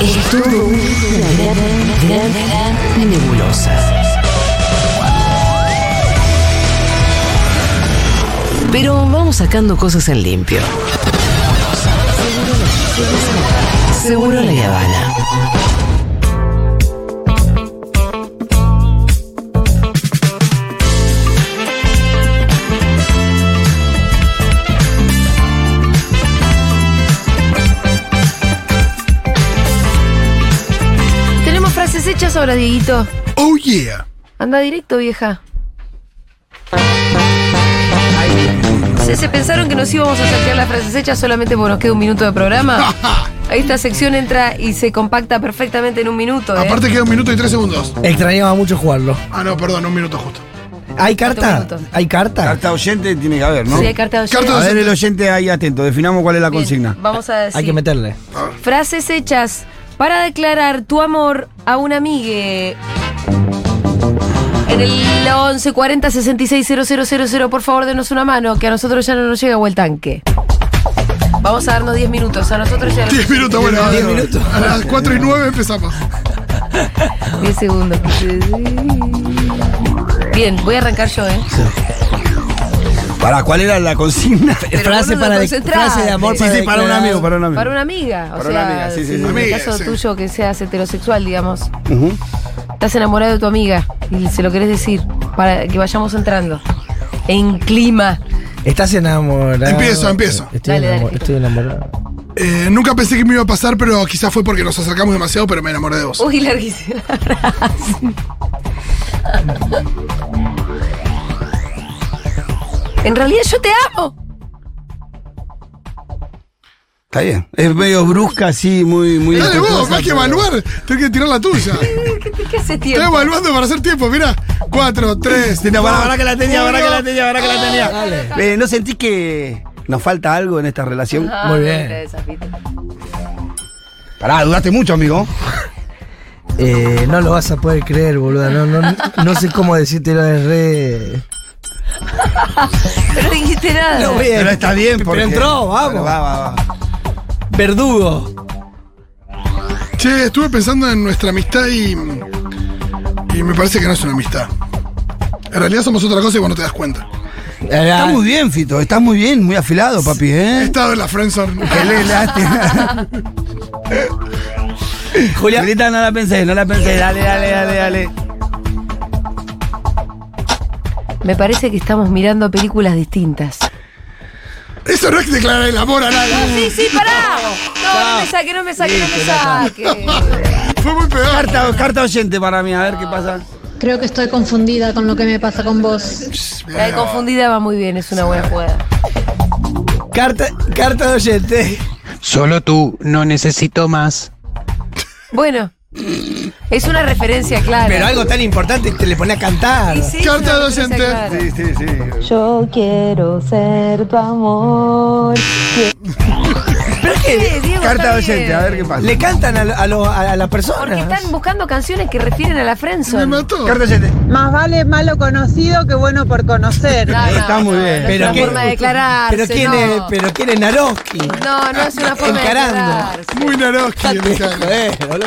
Es todo una gran, gran, gran nebulosa. Pero vamos sacando cosas en limpio. Seguro la Habana. Tenemos frases hechas ahora, Dieguito. Oh yeah. Anda directo, vieja. Se, se pensaron que nos íbamos a sacar las frases hechas solamente porque nos queda un minuto de programa. Esta sección entra y se compacta perfectamente en un minuto. ¿eh? Aparte queda un minuto y tres segundos. Extrañaba mucho jugarlo. Ah, no, perdón, un minuto justo. ¿Hay carta? minutos. ¿Hay carta? Carta oyente tiene que haber, ¿no? Sí, hay carta de oyente. Carta A ver, el oyente ahí atento, definamos cuál es la Bien, consigna. Vamos a decir. Hay que meterle. Frases hechas para declarar tu amor a un amigue. En el 11 40 66 000, por favor, denos una mano, que a nosotros ya no nos llega o el tanque. Vamos a darnos 10 minutos, a nosotros ya Diez minutos, bueno. Diez a ver, minutos. A las cuatro y nueve empezamos. 10 segundos. Bien, voy a arrancar yo, ¿eh? Para, ¿cuál era la consigna? Pero frase, boludo, para de, concentrate. frase de amor Sí, sí, para un declarar. amigo, para un amigo. Para una amiga, o Para una sea, amiga, sí, sí, sí. en el Amiga, caso sí. tuyo que seas heterosexual, digamos. Ujú. Estás enamorado de tu amiga y se lo querés decir para que vayamos entrando en clima. Estás enamorado. Empiezo, empiezo. Estoy, Dale, dale, enamor- Fito. estoy enamorado. Eh, nunca pensé que me iba a pasar, pero quizás fue porque nos acercamos demasiado, pero me enamoré de vos. Uy, larguísima frase. En realidad yo te amo. Está bien. Es medio brusca, así, muy, muy. Dale vos, respetuosa, más que pero- evaluar, tenés que tirar la tuya. ¿Qué, qué hace Estás tiempo? evaluando para hacer tiempo, mirá. Cuatro, tres. Sí, no, pará, pará que la tenía, uno. pará que la tenía, pará que la Dale. tenía. Eh, ¿No sentís que nos falta algo en esta relación? Ah, Muy me bien. interesa, Fito. Pará, duraste mucho, amigo. Eh, no lo vas a poder creer, boluda. No, no, no sé cómo decírtelo es re. No dijiste nada. Pero está bien, porque... entró, vamos. Bueno, va, va, va. Verdugo. Che, estuve pensando en nuestra amistad y. Y me parece que no es una amistad. En realidad somos otra cosa y vos no te das cuenta. Está muy bien, Fito, está muy bien, muy afilado, papi, He ¿eh? estado en la friendzone. Qué le- lástima. Julia- Julieta, no la pensé, no la pensé. Dale, dale, dale, dale. Me parece que estamos mirando películas distintas. Eso no es declarar el amor a nadie. Sí, sí, pará. No, no me saque, no me saque, no me saque. Fue muy peor. Carta, carta oyente para mí, a ver qué pasa. Creo que estoy confundida con lo que me pasa con vos. Eh, La de confundida va muy bien, es una buena jugada. Carta, carta de oyente. Solo tú, no necesito más. Bueno, es una referencia clara. Pero algo tan importante te le pone a cantar. Y sí, Carta es una referencia docente. clara. Sí, sí, sí. Yo quiero ser tu amor. Sí, Diego, Carta está docente, bien. a ver qué pasa. Le cantan a, lo- a lo- a la Porque persona. están buscando canciones que refieren a la Me Friendzone. mató. Carta oyente. Más vale malo conocido que bueno por conocer. No, no, Está muy no, bien. no es Pero una qué- forma de declararse. Pero quién no. es, pero quién es Naroski. No, no es una forma Encarando. de declararse. Muy Naroski, me cago. Joder, Eh, boludo.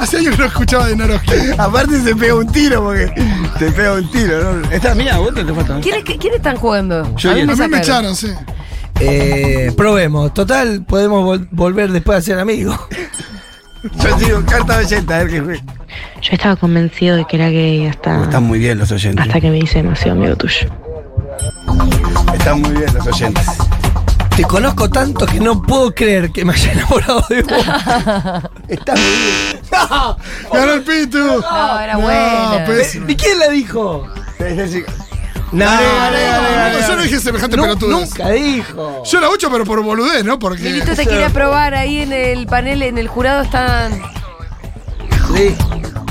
Hace años no escuchaba de Naroski. Aparte se pega un tiro porque te pega un tiro, ¿no? Esta, mira, vos te, te falta. ¿Quiénes que- quiénes están jugando? Yo a mí y A me, mí me sacaron. echaron, sí. Eh, probemos. Total, podemos vol- volver después a ser amigos. Yo digo carta oyente, a ver qué fue. Yo estaba convencido de que era gay Están hasta, muy bien los oyentes. hasta que me hice demasiado amigo tuyo. Están muy bien los oyentes. Te conozco tanto que no puedo creer que me haya enamorado de vos. Está muy bien. Ganó el Pitu. No, era buena. pésimo. ¿Eh? ¿Y quién la dijo? No, Yo no dije semejante nu- pelotudo. nunca dijo. Yo era ocho, pero por boludez, ¿no? Porque. Milito te quiere aprobar ahí en el panel, en el jurado están. Sí.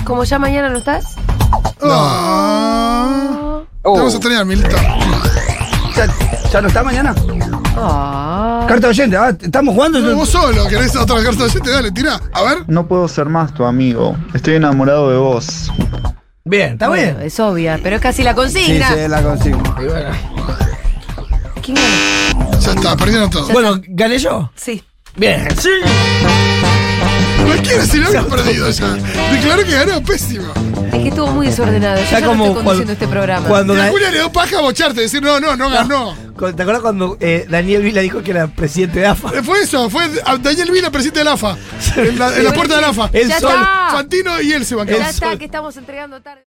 Como ya mañana no estás. Ah. Te vamos a extrañar, Milito. ¿Ya, ya no está mañana? Ah. Carta oyente, ah, estamos jugando. No, vos solo, querés otra carta de te dale, tira. A ver. No puedo ser más tu amigo. Estoy enamorado de vos. Bien, está Bueno, bien. es obvia, pero es casi la Sí, consigna. sí, la consigo. ¿Qué Jimena. Ya está, perdieron todo. Bueno, gané yo. Sí. Bien. Sí. Cualquiera si lo había perdido ya. Declaró que ganó pésimo. Es que estuvo muy desordenado. Yo Ya ya no como estoy conduciendo cuando- este programa. Cuando Y a ga- Julia le dio paja a bocharte, decir no, no, no ganó. cu- ¿Te acuerdas cuando eh, Daniel Vila dijo que era presidente de AFA? Eh, Fue eso, fue a- Daniel Vila, presidente del AFA. En la, en la puerta del AFA. Él ya solo. está. Fantino y Ah. él se bancaron. Ya está, que estamos entregando tarde.